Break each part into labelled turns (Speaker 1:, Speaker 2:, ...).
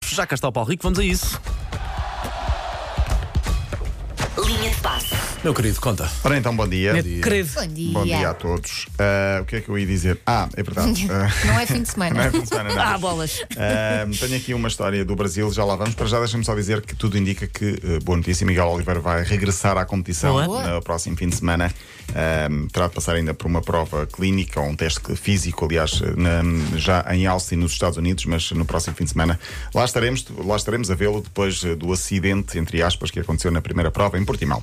Speaker 1: Barros. Já cá está o Paulo Rico, vamos a isso.
Speaker 2: Linha de passe.
Speaker 1: Meu querido, conta. eh,
Speaker 3: Ora então, bom dia.
Speaker 4: Querido.
Speaker 2: Bom dia.
Speaker 3: Bom dia a todos. Ah, o que é que eu ia dizer? Ah, é verdade. Ah,
Speaker 2: Não é fim de semana.
Speaker 3: não é fim de semana, não.
Speaker 4: Ah, bolas.
Speaker 3: Ah, tenho aqui uma história do Brasil, já lá vamos. Para já, deixa-me só dizer que tudo indica que, eh, boa notícia, Miguel Oliveira vai regressar à competição
Speaker 2: Boa.
Speaker 3: no próximo fim de semana. Ah, terá de passar ainda por uma prova clínica, ou um teste físico, aliás, na- já em Austin, nos Estados Unidos, mas no próximo fim de semana. Lá estaremos, lá estaremos a vê-lo depois eh, do acidente, entre aspas, que aconteceu na primeira prova em Portimão.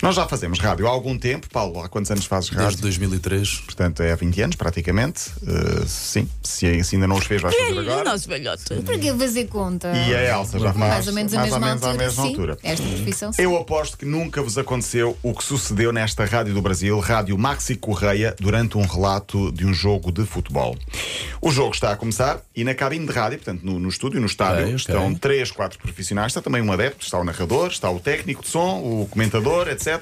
Speaker 3: Nós já fazemos rádio há algum tempo, Paulo. Há quantos anos fazes rádio?
Speaker 1: Desde 2003.
Speaker 3: Portanto, é há 20 anos, praticamente. Uh, sim, se, se ainda não os fez, vais fazer
Speaker 4: Velho,
Speaker 3: agora.
Speaker 4: nosso velhote.
Speaker 2: Para que fazer conta?
Speaker 3: E a Elsa já faz
Speaker 2: mais ou menos a
Speaker 3: mais
Speaker 2: mesma
Speaker 3: ou menos à
Speaker 2: altura.
Speaker 3: mesma
Speaker 2: sim.
Speaker 3: altura. Uhum.
Speaker 2: Esta profissão sim.
Speaker 3: Eu aposto que nunca vos aconteceu o que sucedeu nesta Rádio do Brasil, Rádio Maxi Correia, durante um relato de um jogo de futebol. O jogo está a começar e na cabine de rádio, portanto, no, no estúdio, no estádio,
Speaker 1: Ok, ok.
Speaker 3: estão três, quatro profissionais, está também um adepto, está o narrador, está o técnico de som, o comentador, etc.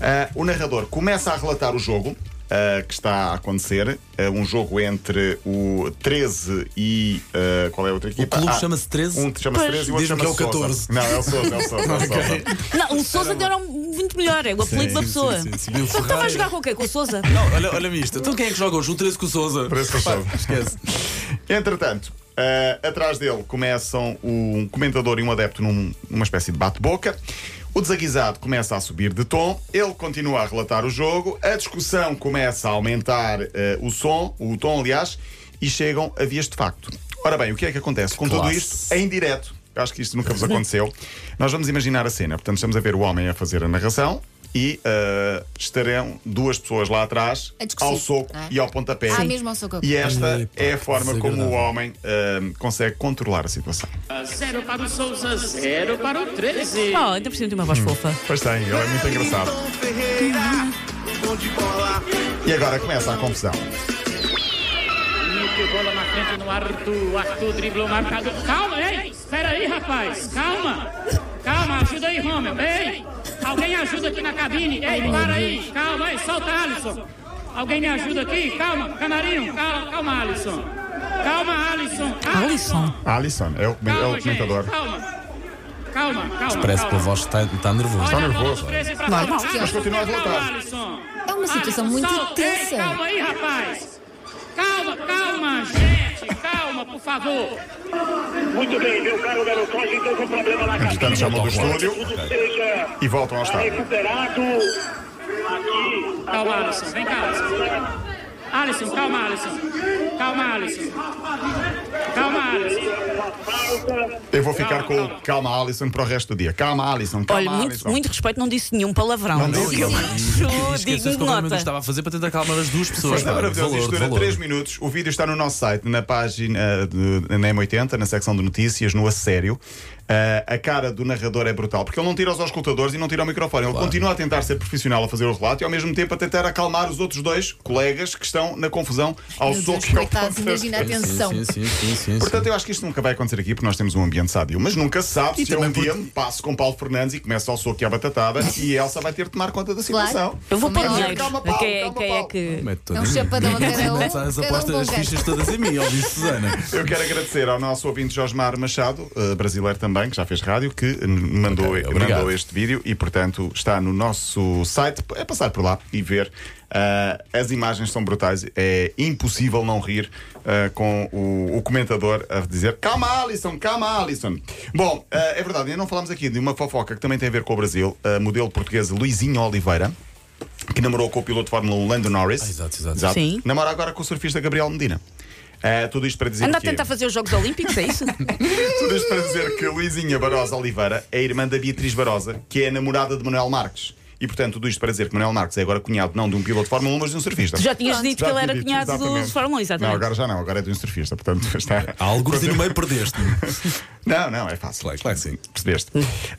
Speaker 3: Ah, o narrador começa a relatar o jogo. ah, que está a acontecer Ah, um jogo entre o 13 e ah, qual é a outra equipa?
Speaker 1: clube chama-se 13?
Speaker 3: Um chama-se
Speaker 4: Pois.
Speaker 3: 13 e o outro
Speaker 1: Diz-me que é
Speaker 3: chama-se
Speaker 1: o 14.
Speaker 3: Sousa. Não, é o Sousa, é o Sousa. é o Sousa.
Speaker 4: Não, o Souza ainda era um- muito melhor, é o apelido da pessoa.
Speaker 1: Sim, sim, sim.
Speaker 4: Então estava a jogar com o quê? Com o Souza?
Speaker 1: Não, olha, olha-me isto. Então quem é que joga hoje? O 13 com o Souza.
Speaker 3: 13 com o Sousa.
Speaker 1: Esquece.
Speaker 3: Entretanto, eh, atrás dele começam um comentador e um adepto num- numa espécie de bate-boca. O desaguisado começa a subir de tom, ele continua a relatar o jogo, a discussão começa a aumentar eh, o som, o tom, aliás, e chegam a vias de facto. Ora bem, o que é que acontece com tudo
Speaker 1: classe.
Speaker 3: isto em direto? Eu acho que isto nunca vos aconteceu. Nós vamos imaginar a cena, portanto, estamos a ver o homem a fazer a narração e eh, estarão duas pessoas lá atrás
Speaker 2: A discutir,
Speaker 3: ao soco
Speaker 2: não é?
Speaker 3: e ao pontapé.
Speaker 2: Ah, mesmo ao soco.
Speaker 3: E esta
Speaker 1: Epá,
Speaker 3: é a forma como o
Speaker 1: desagradável.
Speaker 3: homem ahm, consegue controlar a situação.
Speaker 5: Zero para o Souza, zero para o 13.
Speaker 4: Oh, ainda por cima tem uma voz fofa.
Speaker 3: Pois tem, ele é muito engraçado. E agora começa a confusão.
Speaker 5: Mete bola na frente no Arthur. Arthur driblou o marcador. Calma, ei! Espera aí, rapaz. Calma. Calma, ajuda aí, Romeu. Ei! Alguém ajuda aqui na cabine. Ei, para aí. Calma, ei, solta, Alisson. Alguém me ajuda aqui? Calma, Canarinho. Calma, calma, Alisson. Calma, Alisson.
Speaker 4: Alisson.
Speaker 3: Alisson é o, é o
Speaker 5: Calma, gente.
Speaker 3: comentador.
Speaker 5: Calma. Calma, calma.
Speaker 1: Parece pela
Speaker 5: calma.
Speaker 1: voz que está, está nervoso.
Speaker 5: Olha a bola
Speaker 3: Tá nervoso. né?
Speaker 5: do 13 pra
Speaker 2: Normal.
Speaker 5: frente.
Speaker 2: Mas
Speaker 3: continua a voltar.
Speaker 5: Alisson.
Speaker 2: É uma situação muito
Speaker 5: Solta,
Speaker 2: tensa.
Speaker 1: é.
Speaker 5: ei, Calma aí, rapaz. Calma, calma, gente. Calma, por favor.
Speaker 6: Muito bem, meu caro garoto, ajeitamos o problema na cabine.
Speaker 3: Portanto, chamam do estúdio
Speaker 6: Tudo seja tá
Speaker 3: e voltam ao estádio.
Speaker 6: recuperado. Aqui,
Speaker 5: Calma, Alisson. Vem cá, Alisson. Alisson, calma, Alisson. Calma, Alisson. Calma, Alisson.
Speaker 6: falta.
Speaker 3: Eu vou ficar com o calma, Alisson, para o resto do dia. Calma, Alisson, calma,
Speaker 4: Olha, muito,
Speaker 3: Alisson.
Speaker 4: muito respeito, não disse nenhum palavrão.
Speaker 3: Tá então. Não
Speaker 4: Meu
Speaker 3: disse.
Speaker 4: Deus,
Speaker 1: E
Speaker 4: digno
Speaker 1: Esqueceu-se
Speaker 4: de
Speaker 1: completamente o que
Speaker 4: nota.
Speaker 1: estava a fazer para tentar calmar as duas pessoas.
Speaker 3: Pois é
Speaker 1: pá.
Speaker 3: maravilhoso, isto
Speaker 1: valor,
Speaker 3: dura
Speaker 1: valor.
Speaker 3: 3 minutos. O vídeo está no nosso site, na página eh, de, na M80, na secção de notícias, no A Sério. Ah, a cara do narrador é brutal, porque ele não tira os auscultadores e não tira o microfone. Ele continua a tentar ser profissional a fazer o relato e ao mesmo tempo a tentar acalmar os outros dois colegas que estão na confusão ao
Speaker 2: Meu Deus,
Speaker 3: soco e ao
Speaker 2: coitados,
Speaker 3: pontapé.
Speaker 2: imagina a tensão.
Speaker 1: Sim, sim, sim, sim, sim, sim.
Speaker 3: Portanto, eu acho que isto nunca vai acontecer aqui porque nós temos um ambiente sábio. Mas nunca se sabe
Speaker 1: E
Speaker 3: se eu
Speaker 1: também
Speaker 3: um dia
Speaker 1: porque-
Speaker 3: me passo com Paulo Fernandes e começo ao soco e à batatada e a Elsa vai ter de tomar conta da situação.
Speaker 4: Eu vou
Speaker 2: Como
Speaker 4: pôr
Speaker 2: é óbvio.
Speaker 4: dinheiro.
Speaker 3: Calma, Paulo,
Speaker 4: Quem é-
Speaker 3: calma,
Speaker 4: quem é
Speaker 3: Paulo.
Speaker 4: que.
Speaker 1: Mete todo
Speaker 2: É um
Speaker 1: em mim.
Speaker 2: chapadão a cada um,
Speaker 1: Mete as
Speaker 2: cada um
Speaker 1: apostas,
Speaker 2: com
Speaker 1: as
Speaker 2: gato.
Speaker 1: fichas todas em mim, ele disse Susana.
Speaker 3: Eu quero agradecer ao nosso ouvinte Josmar Machado, eh, brasileiro também, que já fez rádio, que eh, mandou,
Speaker 1: Ok, obrigado.
Speaker 3: mandou este vídeo e, portanto, está no nosso site. É passar por lá e ver. Ah, as imagens são brutais. É impossível não rir ah, com o, o comentador a dizer calma, Alisson, calma, Alisson. Bom, ah, é verdade, ainda não falámos aqui de uma fofoca que também tem a ver com o Brasil. A modelo portuguesa Luizinho Oliveira. Que namorou com o piloto de Fórmula 1 Lando Norris.
Speaker 1: Ah, exato, exato.
Speaker 4: Sim.
Speaker 3: Namora agora com o surfista Gabriel Medina. Ah, tudo isto para dizer
Speaker 4: Anda a
Speaker 3: que...
Speaker 4: tentar fazer os Jogos Olímpicos, é isso?
Speaker 3: Tudo isto para dizer que Luizinha Barosa Oliveira é irmã da Beatriz Barosa, que é a namorada de Manuel Marques. E, portanto, tudo isto para dizer que Manuel Marques é agora cunhado não de um piloto de Fórmula 1, mas de um surfista.
Speaker 4: Tu já tinhas dito que ele
Speaker 3: tinha
Speaker 4: era
Speaker 3: dito,
Speaker 4: cunhado
Speaker 3: exatamente.
Speaker 4: dos Fórmula 1,
Speaker 3: Não,
Speaker 4: exatamente.
Speaker 3: agora já não, agora é de um surfista, portanto está...
Speaker 1: Há alguns e assim no meio perdeste-me.
Speaker 3: Não, não, é fácil.
Speaker 1: Claro, claro que sim.
Speaker 3: Percebeste?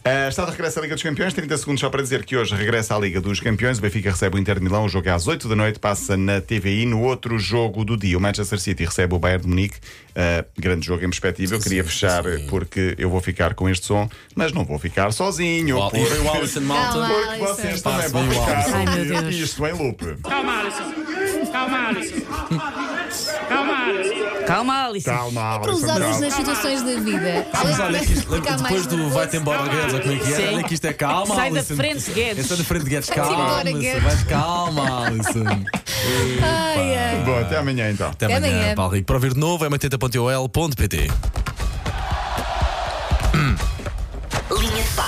Speaker 3: Ah, está de regresso à Liga dos Campeões, 30 segundos só para dizer que hoje regressa à Liga dos Campeões. O Benfica recebe o Inter de Milão, o jogo é às 8 da noite, passa na TVI. No outro jogo do dia, o Manchester City recebe o Bayern de Munique. Ah, grande jogo em perspectiva. Eu queria
Speaker 1: Sim,
Speaker 3: fechar
Speaker 1: sim.
Speaker 3: porque eu vou ficar com este som, mas não vou ficar sozinho.
Speaker 1: Uau, E
Speaker 3: porque-
Speaker 1: veio o Alisson
Speaker 2: Calma.
Speaker 1: Malta.
Speaker 3: Porque vocês também vão
Speaker 1: Passa-me o
Speaker 3: ficar um
Speaker 1: Alisson.
Speaker 4: Ai, meu
Speaker 3: a ouvir
Speaker 4: Deus.
Speaker 3: isto em loop.
Speaker 5: Calma, Alisson. Calma, Alisson. Calma, Alice.
Speaker 4: Calma, Alice.
Speaker 3: Calma,
Speaker 2: Para
Speaker 3: Alisson,
Speaker 2: usarmos
Speaker 3: calma.
Speaker 2: nas situações da vida. é
Speaker 1: Mas olha que isto, lembra- depois do vai-te embora Guedes, ou como é que é?
Speaker 4: Sim.
Speaker 1: Olha que isto é calma,
Speaker 4: Sai da
Speaker 1: Alison.
Speaker 4: frente, Guedes.
Speaker 1: É só da frente, Guedes.
Speaker 2: Vai-te embora,
Speaker 1: Calma, Alison.
Speaker 2: Guedes.
Speaker 1: Vais calma, Alison.
Speaker 2: Ai, ai.
Speaker 3: Bom, até amanhã então.
Speaker 1: Até
Speaker 2: Até
Speaker 1: amanhã,
Speaker 2: amanhã.
Speaker 1: Paulo Rico. Para ouvir de novo é 80.ol.pt